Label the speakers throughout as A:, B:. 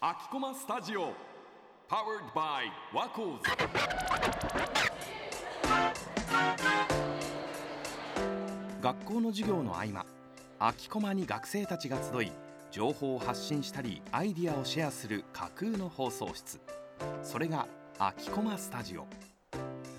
A: 秋駒スタジオ Powered by ワコーズ学校の授業の合間秋駒に学生たちが集い情報を発信したりアイディアをシェアする架空の放送室それが秋駒スタジオ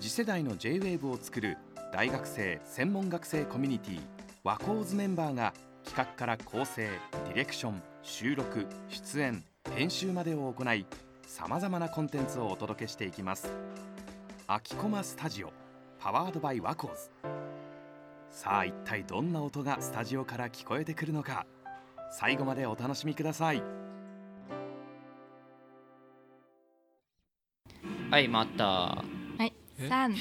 A: 次世代の J-WAVE を作る大学生専門学生コミュニティワコーズメンバーが企画から構成ディレクション収録出演編集までを行いさまざまなコンテンツをお届けしていきます秋駒スタジオパワードバイワコーズさあ一体どんな音がスタジオから聞こえてくるのか最後までお楽しみください
B: はい、また。
C: はい
D: え
C: 三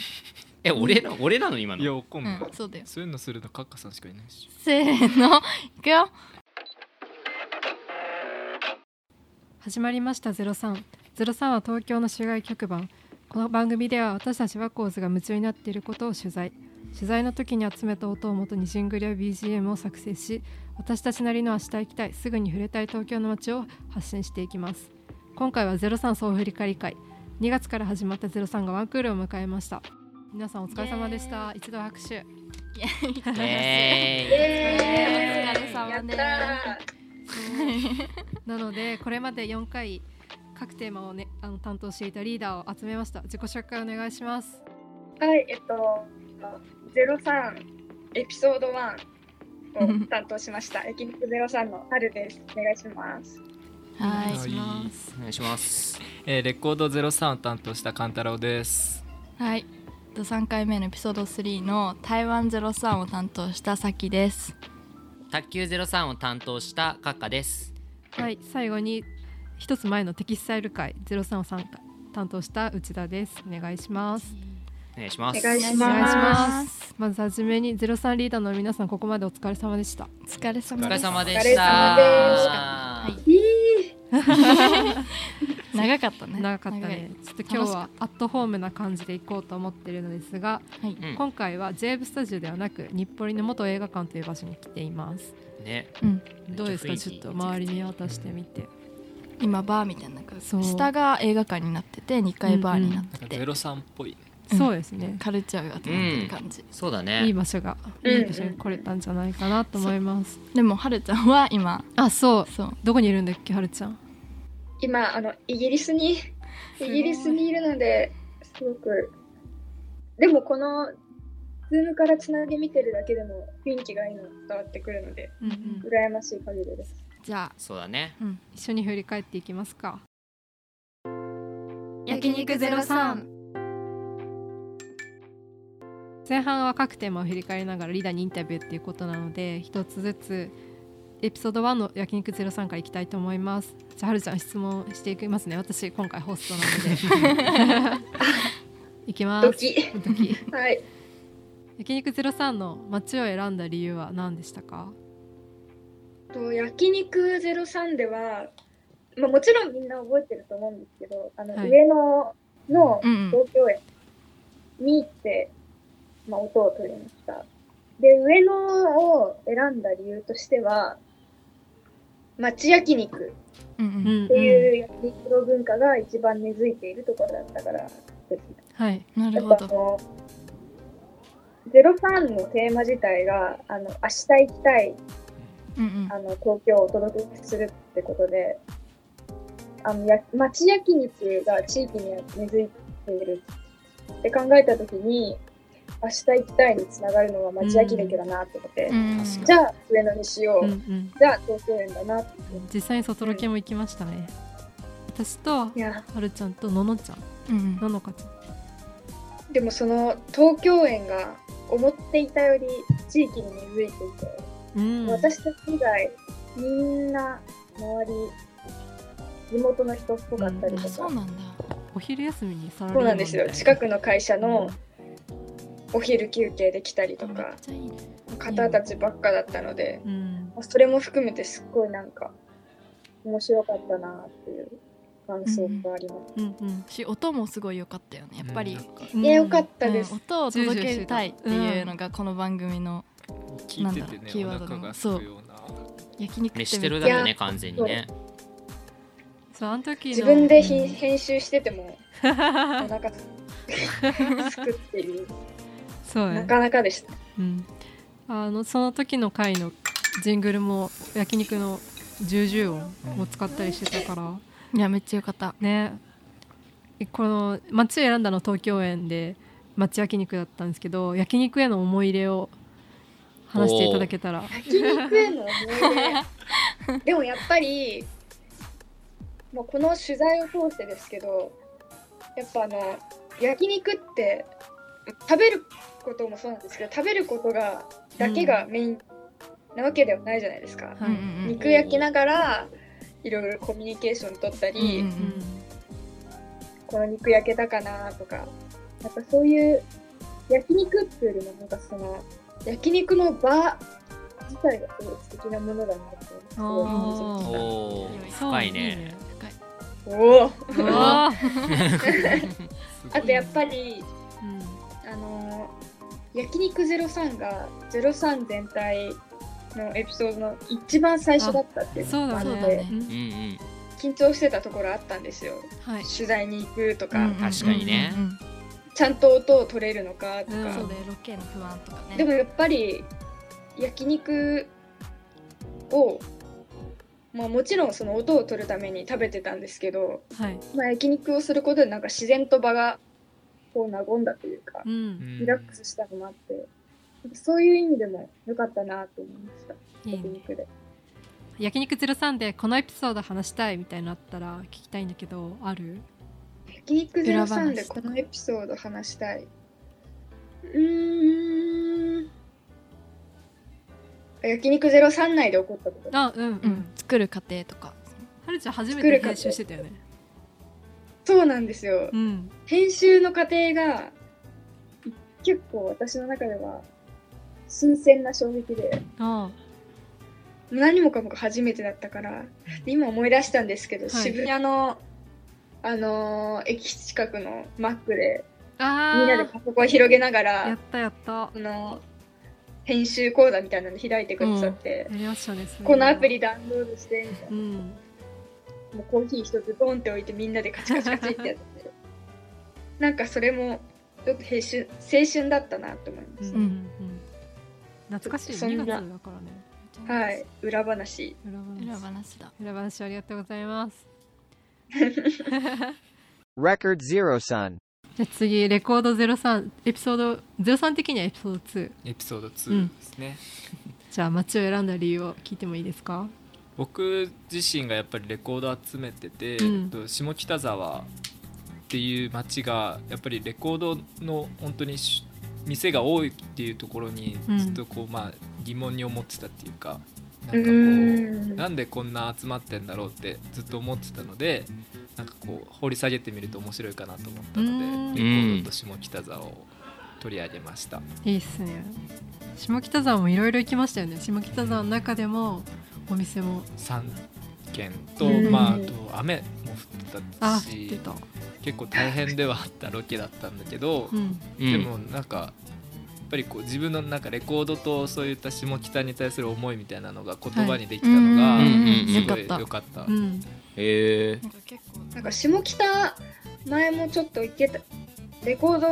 B: え、俺ら、俺なの今
D: いや、
B: の。
D: わかん
C: う
D: ない
C: ん。そうだよ
D: そういうのするのカッカさんしかいないし。
C: せーのいくよ
E: 始まりました「03」03は東京の市外局番この番組では私たちワコーズが夢中になっていることを取材取材の時に集めた音をもとにジングルや BGM を作成し私たちなりの明日行きたいすぐに触れたい東京の街を発信していきます今回は「03総振り返り会」2月から始まった「03」がワンクールを迎えました皆さんお疲れ様でした一度拍手
C: イエーイ
B: え
C: お疲れ様です
E: なのでこれまで4回各テーマをねあの担当していたリーダーを集めました自己紹介お願いします
F: はい、えっと、ゼロ三エピソードワンを担当しました。焼肉ゼロ三の春です。お願いします。
C: はい
D: は
E: お願いします
B: ーお願いします。
D: えーレコード03を担当したカンタロウです。
C: はいと三回目のエピソード3の台湾ゼロ三を担当したさきです
B: 卓球ゼロ三を担当したカッカです。
E: はい最後に一つ前のテキスタイル会03を参加担当した内田ですお願いします
B: お願いします。
F: お願いします
C: す
E: まずはじめに03リーダーの皆さんここまでお疲れ様でした
C: お疲れ
B: お
C: 様
B: 疲れ
C: です
B: 様でした。
F: お疲れ様でした
C: は
B: はい
C: 長かったね
E: 長かった
C: 長
E: ね
C: い
E: ちょっと今日はアットホームな感じで行こうと思ってるのですが、
C: はい、
B: うん
E: 今回は j ェブスタジオではなく日暮里の元映画館という場所に来ています
B: ね、
C: うん、
E: どうですか
B: めっ
E: ち
B: ちゃ雰囲
E: ょっ
B: 気
E: と周り見渡してみて
C: 今バーみたいな感じ
E: そう
C: 下が映画館になってて2階バーになって
D: なんか
C: て、
D: 03っぽいね。
C: うん
E: そうですね、
C: カルチャーが集まってる感じ、
B: そうだ
E: いい
B: ね。
E: 場所が
F: うん
E: いい場所に来れたんじゃないかなと思います、
C: でもはるちゃんは今
E: あそう
C: そう
E: どこにいるんだっけはるちゃん
F: 今、あのイギリスに
C: すご
F: イ
C: い
F: ギリスにいるので、すごく。でもこのズームからつなげ見てるだけでも雰囲気がいいのが伝わってくるので、
C: うんうん
F: 羨ましい限りです。
E: じゃあ
B: そうだね。
E: 一緒に振り返っていきますか
C: 焼肉03
E: 前半は各テーマを振り返りながらリーダーにインタビューっていうことなので一つずつエピソード1の焼肉03からいきたいと思いますじゃあはるちゃん質問していきますね私今回ホストなので いきます
F: ドキ。
E: ドキ
F: はい。
E: 焼肉03の街を選んだ理由は何でしたか
F: と焼肉ゼロ三では、まあもちろんみんな覚えてると思うんですけど、あの、
E: はい
F: 上野の
C: うん
F: 東京へに行って、まあ、音を取りました。で、上野を選んだ理由としては、町焼肉
C: うん
E: う
C: うん
F: っていう焼肉の文化が一番根付いているところだったからですね。
E: はい
C: な
F: や
C: る
F: っ
C: ほ
F: ぱ
C: ど
F: あの、ゼロ三のテーマ自体が、あの、明日行きたい
C: うんうん
F: あの東京をお届けするってことで、あのや町焼肉が地域に根付いているって考えたときに、明日行きたいにつながるのは町焼肉だなって思って、
C: うん
D: 確
F: じゃあ上野にしよう、
E: うんうん
F: じゃあ東京園だなって。
E: 実際に外ロケも行きましたね私とはい
F: や、
E: るちゃんとののちゃん
C: うん
E: ののかちゃん
F: でもその東京園が思っていたより地域に根付いていて、
E: うん
F: 私たち以外、みんな周り、地元の人っぽかったり
C: あ
F: とか、
C: そうなんだ
E: お昼休みにサラリーマ
F: そう
E: ン
F: なんですよ
E: みたい
F: 近くの会社のお昼休憩で来たりと
C: めっ
F: か
C: ちゃいいね
F: 方たちばっかだったので
E: うん
F: それも含めてすっごいなんか面白かったなっていう感想があります、
E: うんうん
C: し音もすごい良かったよねやっぱり、
D: うんなんか
E: うん
F: えよかったです、
C: うん音を届けたいっていうのがこの番組の
D: 聞い
C: な
D: てて
C: んだろう
D: ね、
C: キーワ
D: お
C: ードの
D: 腹が空くような。
C: 焼肉ってめっち
B: 飯
C: ゃ
B: テロだよね完全にね
E: そうあの時の
F: 自分でひ
E: うん
F: 編集しててもお腹すくっていう
E: そうや
F: なかなかでした
E: うん、あのその時の回のジングルも焼肉の重々音を使ったりしてたから
C: いやめっちゃよかった
E: ねこの町選んだの東京園で町焼肉だったんですけど焼肉への思い入れを話していただけたら
F: 焼肉への思い出でもやっぱりもうこの取材を通してですけどやっぱあの焼肉って食べることもそうなんですけど食べることがだけがメインなわけではないじゃないですか、
E: はい
C: うんうんうん
F: 肉焼きながらいろいろコミュニケーション取ったり、
C: うんうん
F: この肉焼けたかなとかやっぱそういう焼肉っていうよりもなんかその焼肉の場自体がすごい素敵なものだなってす
E: う
F: ごい
B: お
E: ん
F: 感
B: おー
E: そう
B: 深いね
F: じましたおお
E: いいねうわ
F: あとやっぱり
E: うん
F: あのー焼肉03が03全体のエピソードの一番最初だったっていうのがあっ
E: そう
C: だ
F: て、
C: ね
B: うんうん
F: 緊張してたところあったんですよ
C: はい
F: 取材に行くとか、
C: うんうんうんうん
B: 確かにね
C: うん
F: ちゃんと音を取れるのかとか、
E: うん
C: そうだよロケの不安とかね
F: でもやっぱり焼肉を、まあ、もちろんその音を取るために食べてたんですけど、
E: はい
F: まあ、焼肉をすることでなんか自然と場がこう和んだというか
D: う
E: う、
D: んん
F: リラックスしたのもあってそういう意味でも良かったなと思いました
E: いい
F: 焼
E: ね
F: 肉で。
E: 焼肉03でこのエピソード話したいみたいなのあったら聞きたいんだけどある
F: 焼肉ゼ
C: 裏
F: ロ
C: 話
F: でこのエピソード話したい。うーん。焼肉ゼロ三内で起こったこと。
E: あうんうん、
C: うん作る過程とか
E: はるちゃん初め
F: 作
E: て
F: る過程
E: 編集してたよね
F: そうなんですよ
E: う。ん
F: 編集の過程が結構私の中では新鮮な衝撃で、
E: あ
F: 何もかもが初めてだったから、で今思い出したんですけど、
E: い
F: 渋谷のあのー駅近くのマックで
E: あ
F: みんなでパソコン広げなが
E: や
F: ら
E: っ。たやったや
F: その編集講座みたいなの開いてくださって、
E: りましたね
F: このアプリダウンロードしてみたい
E: うん
F: なもうコーヒー一つドンって置いてみんなでカチカチカチってやって てなんかそれもちょっと青春青春だったなと思いま
E: うん
F: す、
E: うんうん懐かしい
F: そんな
E: 2月だからね
F: はい裏話
E: 裏
C: 裏話
E: 話
C: だ
E: 裏話ありがとうございます
G: Record Zero Sun.
E: じゃあ次レコード03エピソード03的にはエピソード2
D: エピソード2ですね、
E: じゃあ街を選んだ理由を聞いてもいいですか
D: 僕自身がやっぱりレコード集めてて、
E: うん
D: えっと下北沢っていう街がやっぱりレコードの本当にし店が多いっていうところに
E: うん
D: ずっとこう、まあ疑問に思ってたっていうかなかこう
F: うんーん
D: なんでこんな集まってんだろうってずっと思ってたのでなんかこう掘り下げてみると面白いかなと思ったの
E: うん
D: でレコードと下北沢を取り上げました
E: いいっすね下北沢もいろいろ行きましたよね下北沢の中でもお店も
D: 3件と、
F: うん
D: まあ、あと雨も降ってた
E: あ
D: し
E: 出た
D: 結構大変ではあったロケだったんだけど
E: う、ん
B: うん
D: でもなんかやっぱりこう自分のなんかレコードとそういった下北に対する思いみたいなのが言葉にできたのが、
B: うんうんうん
D: す
C: よか
D: ご
C: っ
D: い
C: た
D: 良かった。
E: うん
B: へえ
C: なんか結構
F: なんか下北前もちょっと行ってたレコード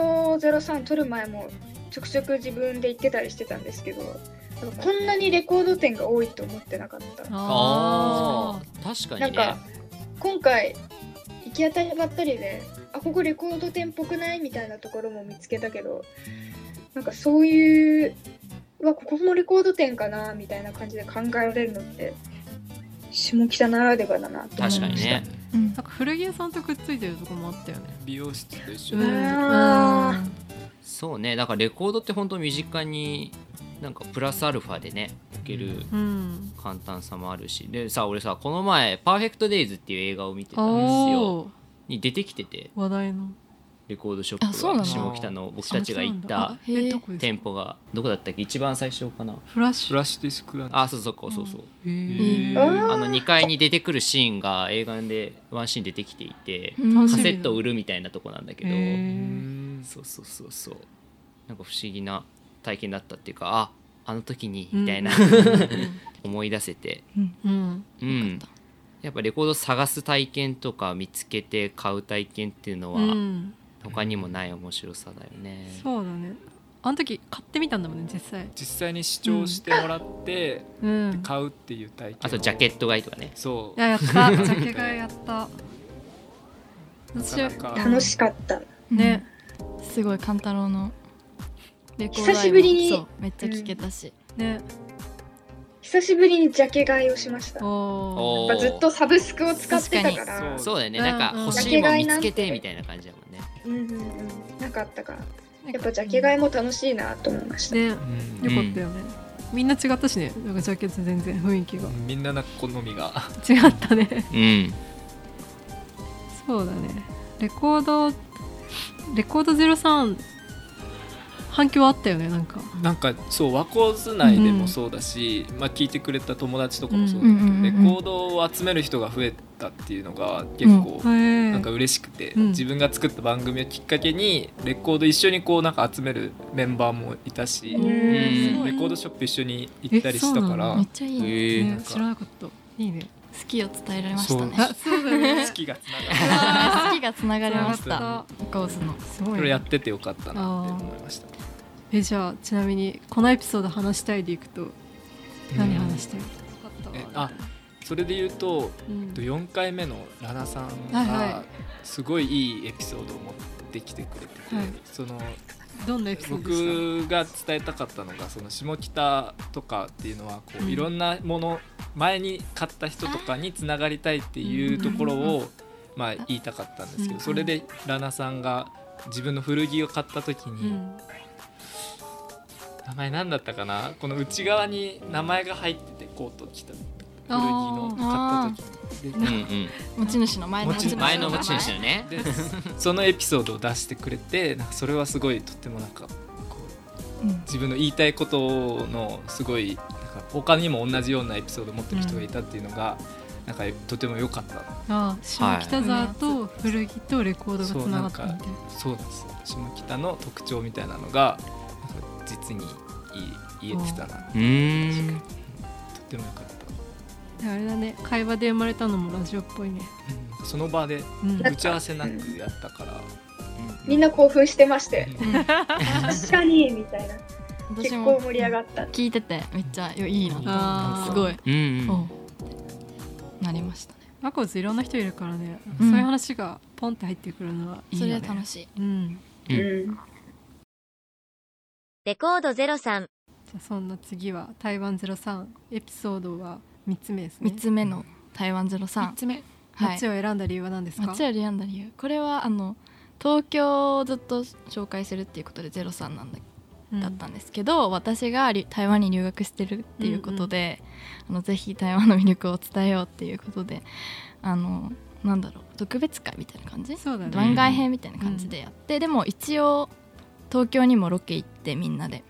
F: 03撮る前もちょくちょく自分で行ってたりしてたんですけどなんかこんなにレコード店が多いと思ってなかった
B: あー確かに
F: な
B: ね
F: んか今回行き当たりばったりであここレコード店っぽくないみたいなところも見つけたけどなんかそういううわここもレコード店かなみたいな感じで考えられるのって下北ならではだなと思
B: 確か
F: い
B: に
F: ました
B: ね
C: うん
E: なんか古着屋さんとくっついてるとこもあったよね
D: 美容室と一緒
E: う
D: に
E: ん
F: あー
B: そうねだからレコードって本当身近になんかプラスアルファでね置ける
E: うん
B: 簡単さもあるしでさ俺さこの前「パーフェクト・デイズ」っていう映画を見てたんですよ
E: おー
B: に出てきてて
E: 話題の
B: レコードショッ
C: あ
B: プ
C: そうな
B: が
C: の
B: 下北の僕たちが行った
E: あそうなんだあえどこです
B: 店
E: か
B: 舗がどこだったっけ一番最初かな
E: フラッシ
D: フ
E: ュ
D: ラッシュディスクなんで
B: あそうそうそうそうそう
E: へ
D: へ
E: ー
D: ー
F: あー
B: あの2階に出てくるシーンが映画でワンシーン出てきていて
C: 楽
E: し
B: カ
E: み
B: セットを売るみたいなとこなんだけど、
E: へ
D: う
E: ー
D: ん
B: そうそうそうそうなんか不思議な体験だったっていうかああの時にみたいな、
E: うんうんうん
B: 思い出せて、
E: うん
B: うん、やっぱレコード探す体験とか見つけて買う体験っていうの は、
E: うん、
B: 他にもない面白さだよね。
E: そうだねあの時買ってみたんだもんね実際
D: 実際に視聴してもらって
E: うん
D: 買うっていう体験
B: あとジャケット買いとかね。
D: そ
E: いややったジャケ買いやった私
D: なかなか
F: 楽しかった。
E: ね、
C: すごい勘太郎のレコード
F: 久しぶりに
C: そうめっちゃ聴けたし、
E: ね
F: 久しぶりにジャケ買いをしました。やっ
E: おー
B: お
F: ぱずっとサブスクを使ってたか
D: 確からに、
B: そうだよね、
E: うん
B: なんか
E: うん
B: 欲しいもん見つけてみたいな感じだもんね。
F: うんうんうん、なかったから。やっぱジャケ買いも楽しいなと思いました。
E: ねよ
D: う、うん
E: かったよね、みんな違ったしねなんかジャケット全然雰囲気が
D: みんななんか好みが
E: 違ったね
B: うん。
E: そうだねレコードレコード03反響あったよねなんか
D: なんかそう和光図内でもそうだし、まあ、聞いてくれた友達とかもそうだけど、
C: うんうんうんうん
D: レコードを集める人が増えたっていうのが結構、
E: へえ
D: なんか嬉しくて、
E: うん
D: 自分が作った番組をきっかけにレコード一緒にこうなんか集めるメンバーもいたし、
E: うん
B: うん
E: すごい
D: レコードショップ一緒に行ったりしたか
E: あ
D: ら
C: めっちゃいいね、
B: え
E: ね知らなかったいいね
C: 好きを伝えられましたね
E: あそうだ ね
D: 好きがつながる
C: 好きがつながりまし
E: つなが
C: たゴーズの
E: すご
D: そ
E: い
D: れや
E: ね
D: っててよかったなって思いました。
E: えじゃあちなみにこのエピソード話したいでいくと何話したい、
D: えあそれで言うと
E: うん
D: 4回目のラナさん
E: はい
D: が
E: は
D: すごいいいエピソードを持ってきてくれてて、
E: はい
D: その
E: どんなエピソードでした
D: 僕が伝えたかったのがその下北とかっていうのはこう、
E: うん
D: いろんなもの前に買った人とかにつながりたいっていうところ
E: うんうん
D: を、まあ、言いたかったんですけ
E: う
D: ど
E: ん
D: それでラナさんが自分の古着を買った時
E: う
D: に、
E: ん
D: 名前何だったかなこの内側に名前が入っててコート着た古着の買った時に。で
B: うんうん。
C: 持ち主の前の
D: 持ち主
B: 前の持ち主のね。
D: でそのエピソードを出してくれてなんかそれはすごいとってもなんかこう
C: うん
D: 自分の言いたいことのすごいなんか他にも同じようなエピソードを持ってる人がいたっていうのが、なんかとても良かったな
E: あ下北沢と古着とレコードがつながったみたいな
D: そうなんですよ下北の特徴みたいなのがなんか実にいい言えてたな
B: うーん。
D: とても良かった、
E: であれだね会話で生まれたのもラジオっぽいね
D: うんその場で
E: うん
D: 打ち合わせなくやったから、
F: みんな興奮してまして、
D: うん
F: 確かにみたいな。
C: 私
F: 結構
C: も
F: 盛り上がった。
C: 聞いててめっちゃいいな
E: あ
C: すご
E: い
C: い、
B: うんうん。
C: おうなりましたね
E: マコーズいろんな人いるからね、
C: うん
E: そういう話がポンって入ってくるのはいい
C: そ
E: よ
C: れ
E: ね
C: は楽しい
E: うん
B: う
F: うんん。
H: レコード03
E: じゃあそんな次は台湾03エピソードは3つ目ですね
C: 三つ目の台湾ゼロ
E: 三
C: 三
E: つ目
C: はい
E: 街を選んだ理由は何ですか、
C: 松より病んだ理由これはあの東京をずっと紹介するっていうことでゼロ三なんだ
E: うん
C: だったんですけど、私がり台湾に留学してるっていうことで、あのぜひ台湾の魅力を伝えようっていうことであのなんだろう特別会みたいな感じ
E: そうだね
C: 番外編みたいな感じでやって、でも一応東京にもロケ行ってみんなで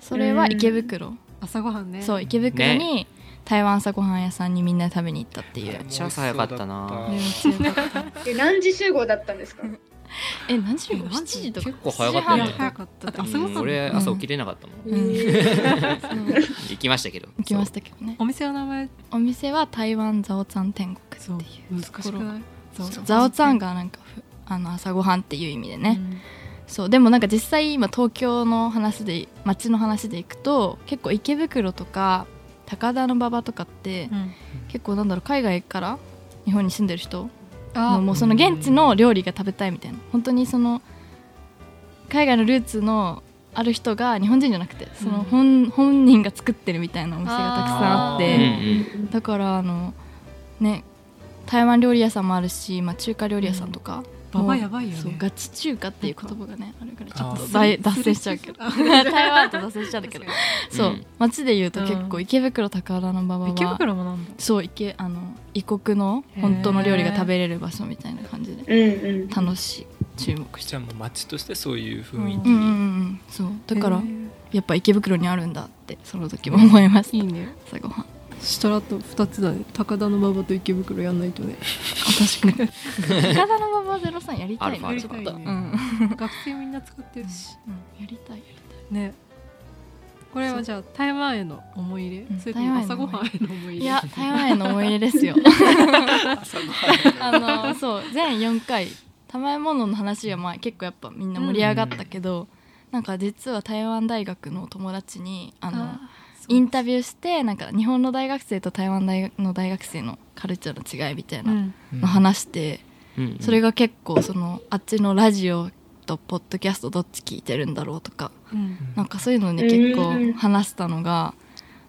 C: それは池袋、
E: 朝ごはんね
C: そう池袋に台湾朝ごはん屋さんにみんなで食べに行ったっていう、
B: めっちゃ朝早かったな。
C: めっちゃよかった
F: で何時集合だったんですか。
C: え何時
E: え
C: ?7 時とか
B: 結構早かった
E: い
B: ね
E: や
C: 7時半
E: 早かった
C: だって
E: 朝ごは
B: うんん俺朝起きれなかったもん。
C: そう
B: 行きましたけど。
C: 行きましたけどね
E: お店の名前
C: お店は台湾ザオツァン天
E: そう
C: 国っていう
E: 難しくない
C: そう
E: そう
C: ザオツァンがなんかふあの朝ごはんっていう意味でね、
E: うん
C: そうでもなんか実際今東京の話で街の話でいくと結構池袋とか高田馬場とかって、
E: うん
C: 結構なんだろう海外から日本に住んでる人
E: あ
C: のもうその現地の料理が食べたいみたいな本当にその海外のルーツのある人が日本人じゃなくてその本,、本人が作ってるみたいなお店がたくさんあっ
B: う
C: て
B: んうん。
C: だからあのね台湾料理屋さんもあるし、まあ、中華料理屋さんとか、
E: ババやばいよ
C: そう
E: ね
C: ガチ中華っていう言葉がねあるからちょっ
D: あ
C: と
D: ー
C: だい 脱線しちゃう けど台湾と脱線しちゃうんだけどそう、
B: うん
C: 街で言うと結
E: う
C: 構
E: ん
C: 池袋高田馬場は
E: 池袋もなんだ
C: そう池あの異国の本当の料理が食べれる場所みたいな感じで
F: うんうん。
C: 楽しい注目して
D: じゃあもう街としてそういう雰囲気、
C: うんうんうんそうだから
E: へー
C: やっぱ池袋にあるんだってその時も思います
E: いいね
C: 朝ごはん
E: したらと2つだね高田の馬場と池袋やんな いとね
C: 確かに高田馬場ゼロさんやりたい
B: ア
C: ね
B: ル
E: や
B: フ
E: り
B: ァ
E: たい
C: うん
E: ね、学生みんな使ってるし
C: うんやりたいやりたい
E: ねこれはじゃあ台湾への思い入
C: う
E: れ
C: ん
E: それとも
C: 台湾への
E: 朝ご
C: 思い入れ
E: はんへの思い入れ
C: いや台湾への思い入れですよあのそう全4回玉え物の話はまあ結構やっぱみんな盛り上がったけど、なんか実は台湾大学の友達にあの
E: あ
C: インタビューしてなんか日本の大学生と台湾大学の大学生のカルチャーの違いみたいなの話して、
B: うん
C: それが結構そのあっちのラジオとポッドキャストどっち聞いてるんだろうとか
E: うん
C: なんかそういうのね
F: うん
C: 結構話したのが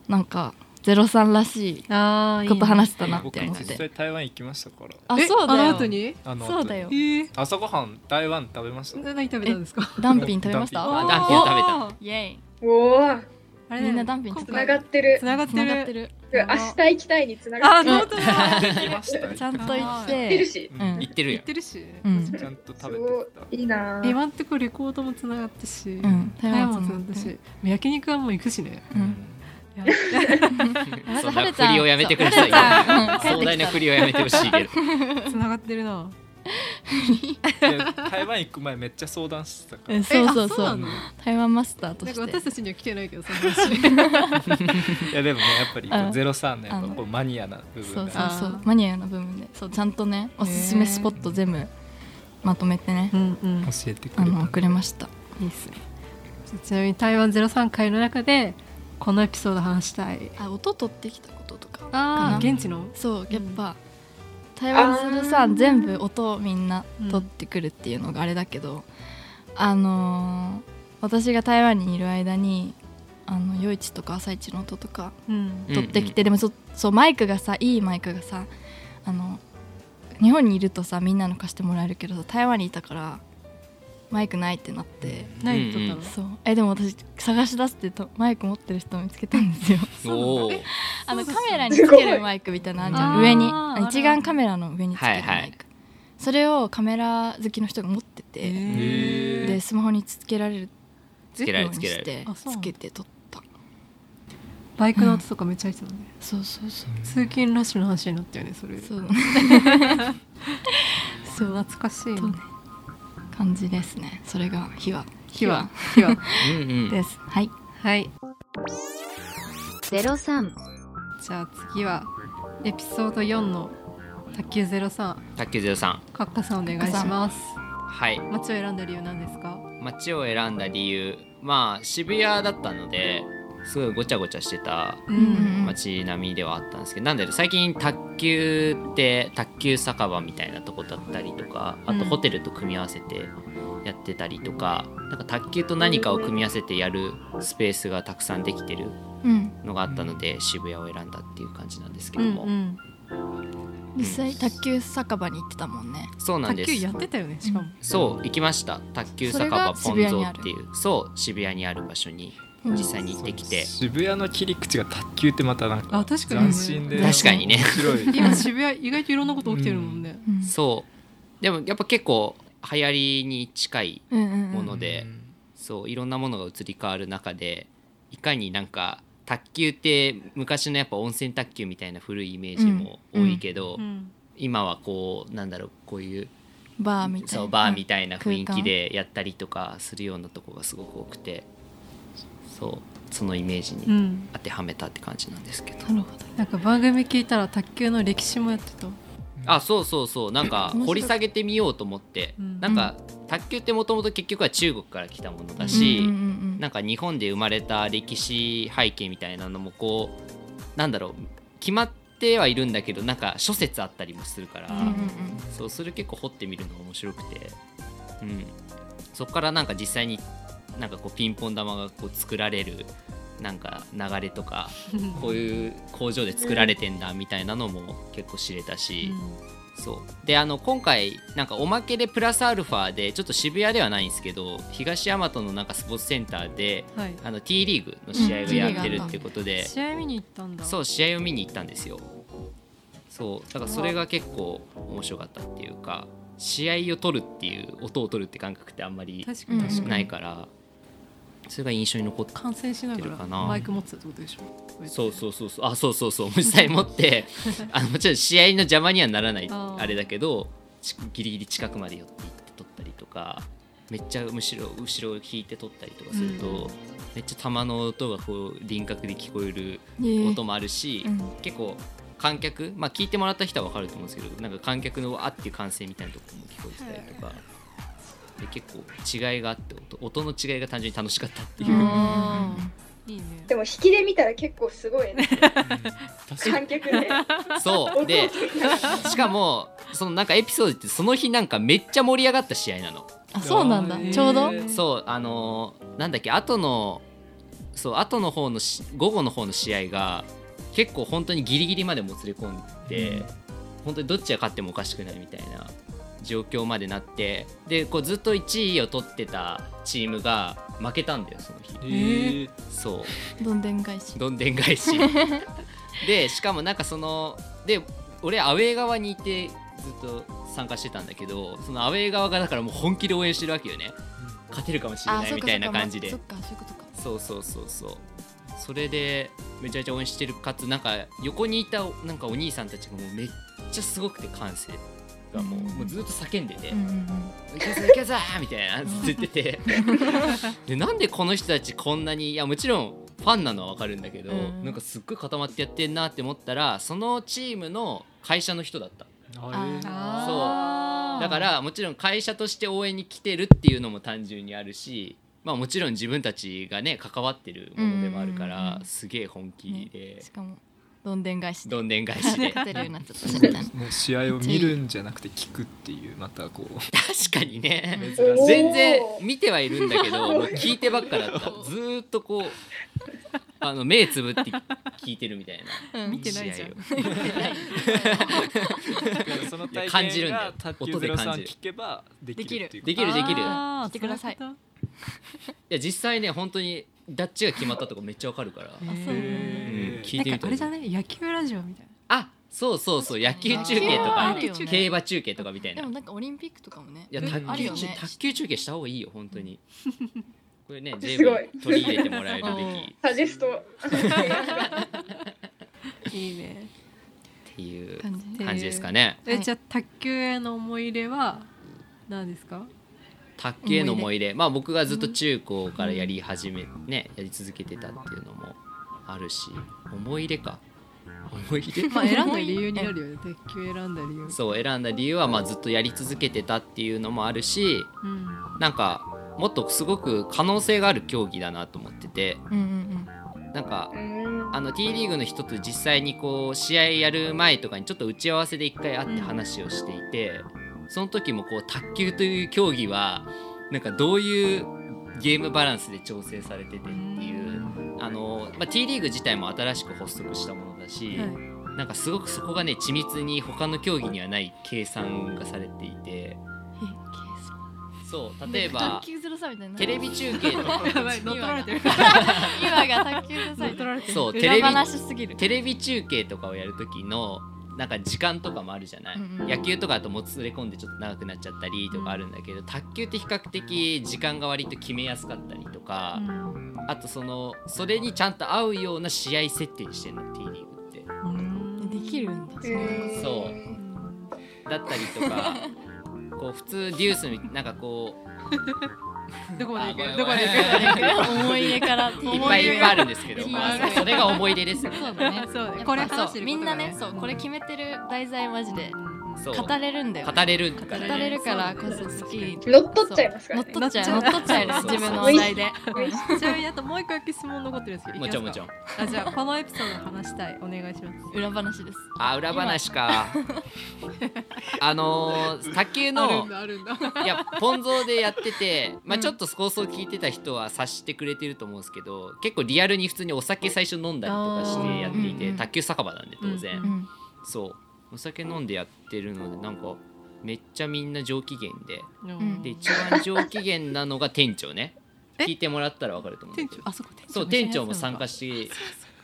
C: なんか03らし
E: あー
C: い
E: い
C: こと話したなっ
D: 僕
C: て思
D: も
C: っ
D: 実
C: て
D: 際台湾行きましたから
C: あ
E: え
C: そうだよ
E: あの後に
D: あの
C: そうだよ
E: えー、
D: 朝ごはん台湾食べました
E: 何食べたんですか
C: ダンピン食べまし
D: ダンピ
B: あ
C: た
D: ン
B: ダンピン食べた
E: おー
C: イエイ
F: おー
E: あれ
C: みんなダンピンちょっ
F: つ
C: と
F: ながって
E: つ
F: る。
E: ながって
C: 繋がって
E: る
C: る
F: 明
E: やば
F: 日行きたいにつなが
E: あ
F: って
E: ー
F: る。
E: 本当だ
D: できました
C: ちゃんと行っ
F: 行って
C: て
F: るし。
C: うん
B: 言ってる
E: 言
B: や
E: ってるし、
C: うん
D: んちゃんと
F: す
D: 食べ
F: ご
D: てた
F: いいいなぁ。
E: 今んとこレコードもつながったし、
C: うん
E: 台湾もつながっ
C: 台
E: た
C: 湾もつながっ
E: し焼肉はもう行く しね
C: うん
E: いや
C: まず
B: そん
C: は
B: な
C: るちゃん
B: 振りをやめてくださいよ
C: そう
B: 壮大な振りをやめてほしいけど
E: つながってるな
D: で台湾行く前めっちゃ相談してたから
C: うんそうそう
E: えあ
C: そ
E: な
C: う
E: の
C: 台湾マスターと
E: なん
C: し
E: か
C: て
E: 私たちには来てないけどその話
D: いやでもねやっぱりこう
C: うん
D: 03のやっぱ
C: あの
D: こうマニアな部
C: そ
D: 分
C: うそう
D: が
C: そう
E: あー
C: マニアな部分でそうちゃんとねおすすめスポット全部まとめてね
E: うんうん
D: 教えてく
C: あ
D: れ
C: の
D: た
C: 送れました
E: いいっすねちなみに台湾03回の中でこのエピソード話したい
C: あ音取ってきたこととか
E: あ
C: かな
E: 現地の
C: そうやっぱ台湾するさ
F: あー
C: 全部音をみんな取ってくるっていうのがあれだけど、あのー私が台湾にいる間にあの夜市とか朝市の音とか
E: うん
B: うん
C: 取ってきて、でもそそうマイクがさいいマイクがさあの日本にいるとさみんなの貸してもらえるけどさ台湾にいたからマイクないってなって、
E: 何撮ったの
C: そうえでも私探し出してとマイク持ってる人見つけたんですよ
B: おおー
C: あの
E: そ
C: カ
E: うそう
C: メラにつけるマイクみたいなのあんじゃ
E: す
C: ん
E: ごい
C: 上に
E: あー
C: 一眼カメラの上につけるマイク、
B: はいはい
C: それをカメラ好きの人が持ってて、
E: へ
C: でスマホにつけられる
B: つけられ
C: よう
B: るつ
C: に
B: けられ
C: し
B: る
C: て
E: あそう
C: つけて撮った
E: バイクの音とかめっちゃ入ってたのね
C: そうそうそう
E: 通勤ラッシュの話になったよねそれ
C: そう
E: そう懐かしい
C: そうね感じですねそれが秘話
E: 火は火は
B: うんうん
C: ですはい
E: はい
H: 03
E: じゃあ次はエピソード4の卓球03
B: 卓球ゼロさん
E: カッカさんお願いします
B: はい
E: 街を選んだ理由なんですか
B: 街を選んだ理由まあ渋谷だったのですごいごちゃごちゃしてた
E: う
C: うん
B: 街並みではあったんですけどなんだろう最近卓球って卓球酒場みたいなとこだったりとかあと
E: うん
B: ホテルと組み合わせてやってたりとか,、なんか卓球と何かを組み合わせてやるスペースがたくさんできてる
C: うん
B: のがあったので、渋谷を選んだっていう感じなんですけ
E: う
B: ど
E: ん
B: も、
E: うん
C: 実際卓球酒場に行ってたもんね
B: そうなん
E: 卓
B: です
E: 球やってたよねしかも
B: そう行きました卓球酒場
C: そ
B: ポ
C: れ
B: ン
C: が渋谷
B: ゾ
C: に
B: ー
C: ある
B: っていうそう渋谷にある場所に
C: うん
B: 実際に行ってきて、
D: 渋谷の切り口が卓球ってまたなんか
E: あ確かに
D: 斬
E: ね
D: 新で
B: 確かにね
D: 面白い
E: 今渋谷意外といろんなこと起きてるもんね
C: うん
B: そうでもやっぱ結構流行りに近い
C: うんうんうん
B: もの で、そういろんなものが移り変わる中でいかになんか卓球って昔のやっぱ温泉卓球みたいな古いイメージも多いけど、
E: うん
B: 今はこうなんだろうこういう
C: バーみたいな
B: そうバーみたいな雰囲
C: 空
B: 気
C: 間
B: でやったりとかするようなとこがすごく多くてそうそのイメージ
E: う
B: に
E: ん
B: 当てはめたって感じなんですけど、
C: なるほど
E: なんか番組聞いたら卓球の歴史もやってた
B: あそうそうそうなんか
C: 面白い
B: 掘り下げてみようと思って、
E: うん
B: なんか卓球ってもともと結局は中国から来たものだし、
C: うんうんうん
B: なんか日本で生まれた歴史背景みたいなのもこうなんだろう決まってはいるんだけどなんか諸説あったりもするから、
E: う
C: うんうん
B: そうそれ結構掘ってみるのが面白くて、うん、そこからなんか実際になんかこうピンポン玉がこう作られるなんか流れとかこういう工場で作られてんだみたいなのも結構知れたし。そうであの今回なんかおまけでプラスアルファでちょっと渋谷ではないんですけど東大和のなんかスポーツセンターで
E: うんはい
B: あの T リーグの試合
C: うん
B: を
C: T リーグ
B: やってるってことで、
E: 試合見に行ったんだ
B: そう試合を見に行ったんですよそうだからそれが結構面白かったっていうか試合を取るっていう音を取るって感覚ってあんまり
E: 確かに確かに
B: ないからそれが印象に残って
E: 感染しな
B: や
E: が
B: って
E: ら
B: るかな
E: マイク持ってたってことでしょ
B: そうそうそうそうあそうそうそう実際持ってあ のもちろん試合の邪魔にはならない
E: あ
B: あ
E: ー
B: れだけどちギリギリ近くまで寄って行って撮ったりとかめっちゃむしろ後ろを引いて撮ったりとかすると、
E: うん
B: めっちゃ玉の音がこう輪郭で聞こえる
C: ええ
B: 音もあるし、
C: うん
B: 結構観客まあ聞いてもらった人は分かると思うんですけどなんか観客のわーっていう歓声みたいなところも聞こえてたりとか。で結構違いがあって音音の違いが単純に楽しかったっていう、
C: あ
H: いいね
F: でも引きで見たら結構すごいね
D: 確かに
F: 観客で
B: そうでしかもそのなんかエピソードってその日なんかめっちゃ盛り上がった試合なの
C: あそうなんだ
D: あー
C: ちょうど
D: へー
B: そうあのーなんだっけ後のそう後の方のし午後の方の試合が結構本当にギリギリまでもつれ込んで、本当にどっちが勝ってもおかしくないみたいな状況までなってでこうずっと1位を取ってたチームが負けたんだよその日
D: ええ
B: そう
C: どんでん返し
B: どんでん返 しでしかもなんかそので俺アウェー側にいてずっと参加してたんだけどそのアウェー側がだからもう本気で応援してるわけよね勝てるかもしれ
C: あ
B: ないみたいな感じで
C: そっかそっかそっかそういうことか
B: そうそうそうそうそれでめちゃめちゃ応援してるかつなんか横にいたなんかお兄さんたちがもうめっちゃすごくて歓声がもう,、
C: うん
B: もうずっと叫んでて「
C: うんうんうん
B: いけそういけそう!」みたいなずっと言っててでなんでこの人たちこんなにいやもちろんファンなのはわかるんだけど、
C: うん
B: なんかすっごい固まってやってんなって思ったらそのチームの会社の人だった
D: あ
H: あー
B: だからもちろん会社として応援に来てるっていうのも単純にあるし、まあ、もちろん自分たちがね関わってるものでもあるか
C: うんうん
B: ら
C: う、ん
B: すげえ本気で
C: し、かもどんでん返しで
B: どんでん返しで確
C: 勝てるようになっちゃった
D: え
C: みたいな
D: ーもう試合を見るんじゃなくて聞くっていうまたこう
B: かにね
D: 珍しい
B: 全然見てはいるんだけどもう聞いてばっか だったずーっとこうあの目つぶって聞いてるみたいな
H: 見てないじゃん
B: 試合を
D: その体
B: 感じる
D: 験
B: んだよ
D: が卓球
B: 音
D: ゼ
B: で
D: ロ
B: 感
D: さん
B: じる
D: 聞けばできるっていう
B: できるできるい
H: あー
C: 来てください
H: そううこ
B: や実際ね本当にダッチが決まったとこめっちゃわかるから、
H: と
C: あそう
B: うん
D: へー
B: 聞いてみ
H: なんか
B: た
H: あ
B: ら
H: れじゃない野球ラジオみたい
B: あそうそうそう野球中継と
H: あ
B: か
H: ー
C: 野球中継
B: 競馬中継とかみたい
C: で
B: な
C: もなんかオリンピックとかもね
B: いや
D: うん
B: 卓
C: ある
B: 球,、
C: よね
B: 卓球中継した方がいいよ本当にこれね
F: す
B: 全
F: ご
B: 部
F: い
B: 取り入れてもらえるべ
H: うん
B: きっ
F: サジェスト
H: な。いいね。
B: ていう
C: 感じ
H: で
B: 感じですかね
H: え、
C: はい
H: じゃあ卓球への思い入れは何ですか？
B: 卓球への思い入れまあ僕がずっと中高からやり始めねやり続けてたっていうのもあるし思い入れか思い入 れ
H: まあ選んだ理由になるよね。卓球選んだ理由。
B: そう選んだ理由はまあずっとやり続けてたっていうのもあるし
H: うん。
B: なんかもっとすごく可能性がある競技だなと思ってて
C: うんうん
B: なんか
F: うん
B: あの T リーグの人と実際にこう試合やる前とかにちょっと打ち合わせで一回会って話をしていてその時もこう卓球という競技はなんかどういうゲームバランスで調整されててっていうあの、まあ、T リーグ自体も新しく発足したものだし、
H: はい。
B: なんかすごくそこがね緻密に他の競技にはない計算がされていてそう例えば
C: 卓球ゼロさみたいな
B: テレビ中継の
H: やばい乗っ取られてる。
C: 今が卓球ゼロさ
H: 乗っ
C: み
H: 取
C: たい
H: られてる。
B: そうテ
C: な
B: レ
C: 裏
B: ビ
C: 話すぎる
B: テレビ中継とかをやる時のなんか時間とかもあるじゃない、
C: うんうん
B: 野球とかだともつれ込んでちょっと長くなっちゃったりとかあるんだけど、卓球って比較的時間が割と決めやすかったりとか、あとそのそれにちゃんと合うような試合設定にしてんの T リーグって。
H: うん
C: できるんだ
F: うん
B: そう
H: うん
B: だったりと かこう普通デュースみなんかこう
H: どこまで
B: あ
H: 行く？
B: ご
H: どこ
B: め
H: ま
B: ん
H: で
B: ごめん
C: 思い入れから
B: いっぱいいっぱいあるんですけ
C: い
B: ど、
C: っぱい
B: ま
C: あ
B: あ
C: る、
B: そそれが思い出ですよね。
C: そうだね
H: 行く？そうだね。
C: こ
H: こ
C: れ
H: れ
C: 話
H: 話
C: し
H: してて
C: る
H: る
C: み
H: こ
C: ん
H: と
C: な
H: だ
C: ねそうこれ決めてる題材マジで
B: そう
C: 語れるんだよ
B: 語れるからね
C: 語れるからこそ好き
F: 乗っ取っちゃいますか
C: 乗
F: ら
C: っ
F: ね
C: 取っちゃう乗っ取っちゃえる
B: そうそうそう
C: 自分の話題で
H: ちなみにあともう一個だけ質問残ってるんですけど。
B: もちろんもちろ
H: ん。
B: ん。
H: あじゃあこのエピソード話したいお願いします。
C: 裏話です
B: あ裏話かあのー卓球
H: ある
B: の
H: んだあるんだ。
B: いやポン酢でやってて、まあ、
H: うん
B: ちょっと放送聞いてた人は察してくれてると思うんですけど、結構リアルに普通にお酒最初飲んだりとかしてやってい
C: あーうん
B: て
C: うん
B: 卓球酒場なんで当然、
H: うん
C: 今うん
B: そうお酒飲んでやってるのでなんかめっちゃみんな上機嫌で
C: ん
B: で一番上機嫌なのが店長ね
H: え
B: 聞いてもらったら分かると思うんだ
H: 店
B: け
H: 長
B: ど
H: あそこ店長
B: そう店長も参加
H: し
B: して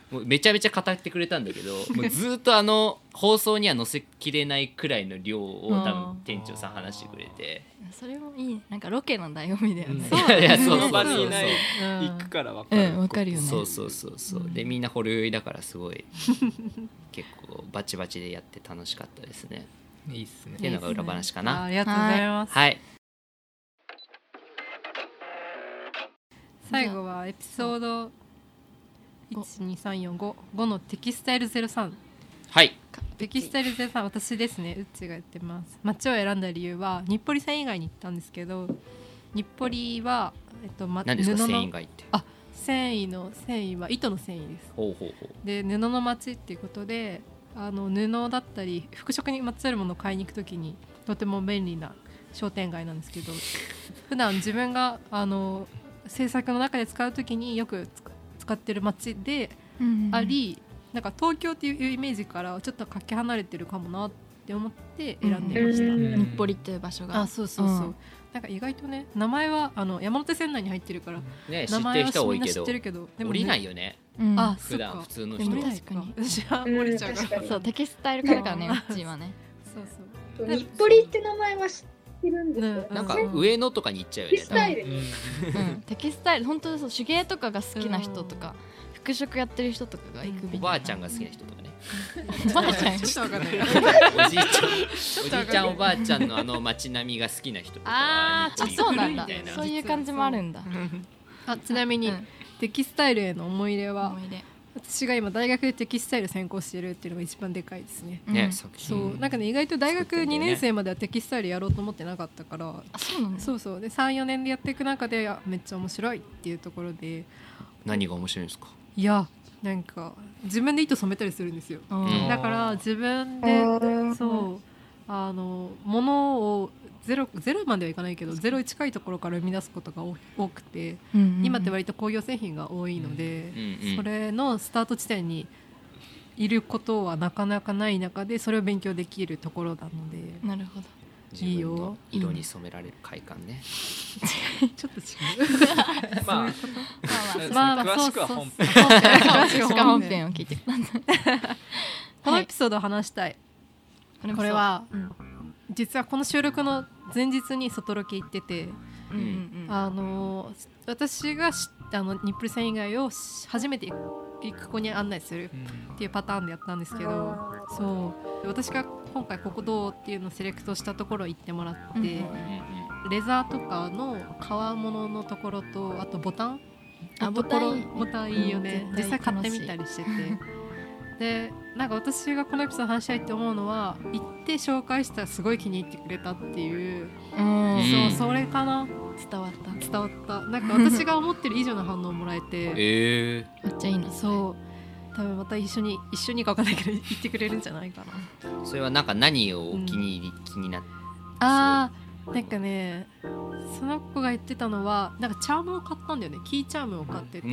B: もうめちゃめちゃ語ってくれたんだけ どもうずっとあの放送には載せきれないくらいの量を多
H: あ
B: 分店長さん話してくれて
C: それもいいねなんかロケの醍醐味だよね
D: そう
B: いやいやそうそう
D: その場
B: そ
D: に
B: う
D: いない
H: うん
D: 行くから分
C: う
D: かる、
C: んわかるよね
B: そうそうそうそうでみんなほろ酔いだからす ごい結構バチバチでやって楽しかったですね
D: いいっすね
B: っていうのが裏話か
H: あ
B: な
H: ありがとうございます
B: はい
E: 最後はエピソード
C: ご
E: 12345のテキスタイル03
B: はい
E: テキスタイル03私ですねうっちがやってます街を選んだ理由は日暮里線以外に行ったんですけど日暮里は、えっとま、
B: 何ですか
E: 布の
B: 繊維街って
E: 繊維の繊維は糸の繊維です
B: ほうほうほう
E: で布の町っていうことであの布だったり服飾にまつわるものを買いに行くときにとても便利な商店街なんですけど普段自分があの制作の中で使うときによく使使ってる町であり、なんか東京っていうイメージからちょっとかけ離れてるかもなって思って選んでました。
F: うん
C: 日暮里っていう場所が
E: あそうそうそう、
C: うん
E: なんか意外とね名前はあの山手線内に入ってるから
B: ね知
E: 名
B: って
E: 前
B: る
E: は
B: 人は多
E: み
B: い
E: んな
B: け
E: 知
B: ど
E: ってるけどで
B: 降りない
E: よ
B: よね
C: うん
E: あそ
B: 普
E: っ
B: 段
E: か
B: 普通の
C: で
B: 人
C: も
E: 降りな
B: はい
E: か
C: 確か
E: じゃあ
F: うん
E: 降りちゃうか
F: 確かに
C: そうテキスタイルからだねうちはね
E: そうそう
F: そう日暮里って名前は知ってるんですよ
E: ね
F: ね。
B: なんか上野とかに行っちゃうよ
F: テ
B: ね
F: キスタイル
D: う
F: に
D: ん
C: うんテキスタイル本当にそう手芸とかが好きな人とか服飾やってる人とかが行くべ
B: 多分
C: き
B: おばあちゃんが好きな人とかね
C: おばあちゃん
H: ちょっとわかんない
B: おじいちゃんお
H: と
B: じいちゃ
H: わかんない
B: んおばあちゃんのあの街並みが好きな人とか
C: あーあ
B: に
C: そうなんだ
B: みたい
C: そういう感じもあるんだ
E: あちなみに、
C: うん
E: テキスタイルへの思い入れは
C: 思い出
E: 私が今大学でテキスタイル専攻してるっていうのが一番でかいですね、
C: うん
B: ね作
E: そう
B: 品
E: なんかね意外と大学
B: 作って
E: 2
B: んだよね
E: 年生まではテキスタイルやろうと思ってなかったから
C: あそうなんだ
E: そうそうで34年でやっていく中であめっちゃ面白いっていうところで
B: 何が面白いんですか
E: いやなんか自分で糸染めたりするんですよ
C: うん
B: うん
E: だから自分で
F: うん
E: そうあの物をゼロゼロまではいかないけどゼロに近いところから生み出すことが多多くて今って割と工業製品が多いので、
B: うんうん
E: それのスタート地点にいることはなかなかない中でそれを勉強できるところなので、
C: なるほど
B: 自
E: いい
B: 分
E: よ
B: の色に染められる快感ね
E: ちょっと違
D: まあ
E: う
D: まあまあ詳しくは本編
C: 私が本編を聞いて
E: このエピソードを話したい、これは、実はこの収録の前日に外ロケ行ってて、
C: うんうんうん
E: あの私が知あの日暮里線以外を初めて行く子に案内するっていうパターンでやったんですけど、
F: あー
E: そうで私が今回ここどうっていうのをセレクトしたところ行ってもらって、
C: うん
B: うんうん
E: レザーとかの革物のところとあとボタン
C: あ
E: ところ
C: ボタンいい
E: ボタンいいよね
C: うん
E: 実
C: 絶対
E: 際買ってみたりしてて でなんか私がこのエピソード話したいって思うのは行って紹介したらすごい気に入ってくれたっていう、
C: うん
E: そうそれかな
C: 伝わった
E: 伝わったなんか私が思ってる以上の反応もらえて
B: え
C: めっちゃいいな
E: そう多分また一緒に一緒にか分かんないけど行ってくれるんじゃないかな
B: ー、それはなんか何をお気に入り、気になって
E: あーなんかねその子が言ってたのはなんかチャームを買ったんだよねキーチャームを買ってて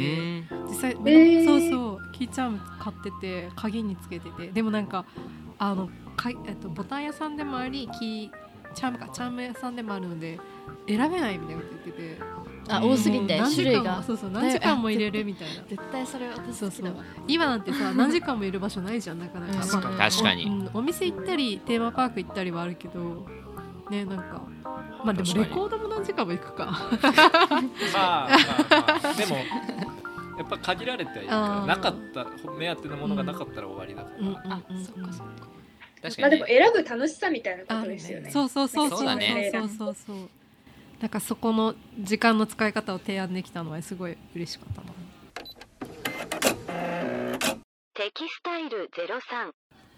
E: 実際、
F: ー
E: そうそうキーチャーム買ってて鍵につけててでもなんかあのかい、えっと、ボタン屋さんでもありキーチャームかチャーム屋さんでもあるので選べないみたいなこと言ってて
C: あ多すぎて
E: もう何
C: 種
E: 時
C: 類
E: 間も
C: が
E: そうそう何時間も入れるみたいな
C: 絶対それ私
E: そ
C: 好
E: う
C: き
E: そ
C: だ
E: う
C: わ
E: 今なんて さ何時間もいる場所ないじゃんなかなか
D: 確かに
B: 確かに、
E: うんお店行ったりテーマパーク行ったりはあるけどねなんかまあでも
B: 確かに
E: レコードも何時間も行くか
D: まあまあまあでもやっぱ限られてはいるか
E: あー
D: らなかった目当てのものがなかったら終わりだから、
C: あそっかそっか
B: 確
F: ま
B: か
F: あで
B: に、
F: も
B: ね、
F: 選ぶ楽しさみたいなこ
E: あ
F: とですよね。
E: そうそうそう
B: そうだね
E: そうそうそうそうなんかそこの時間の使い方を提案できたのはすごい嬉しかったな
I: テキスタイル03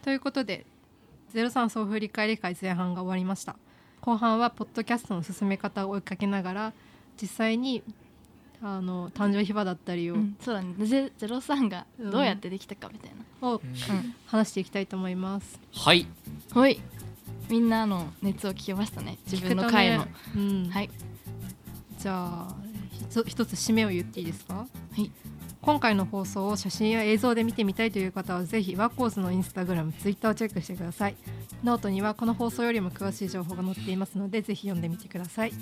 E: ということで「03総振り返り会」前半が終わりました後半はポッドキャストの進め方を追いかけながら実際にあの誕生秘話だったりを,、
C: うんそうだねゼゼロ三がどうやってできたかみたいな
E: を話していきたいと思います
B: はい
C: ほいみんなの熱を聞けましたね自分の回の、
E: 聞けたねうん
C: はい
E: じゃあひと一つ締めを言っていいですか
C: い
E: 今回の放送を写真や映像で見てみたいという方はぜひワコーズのインスタグラムツイッターをチェックしてくださいノートにはこの放送よりも詳しい情報が載っていますのでぜひ読んでみてください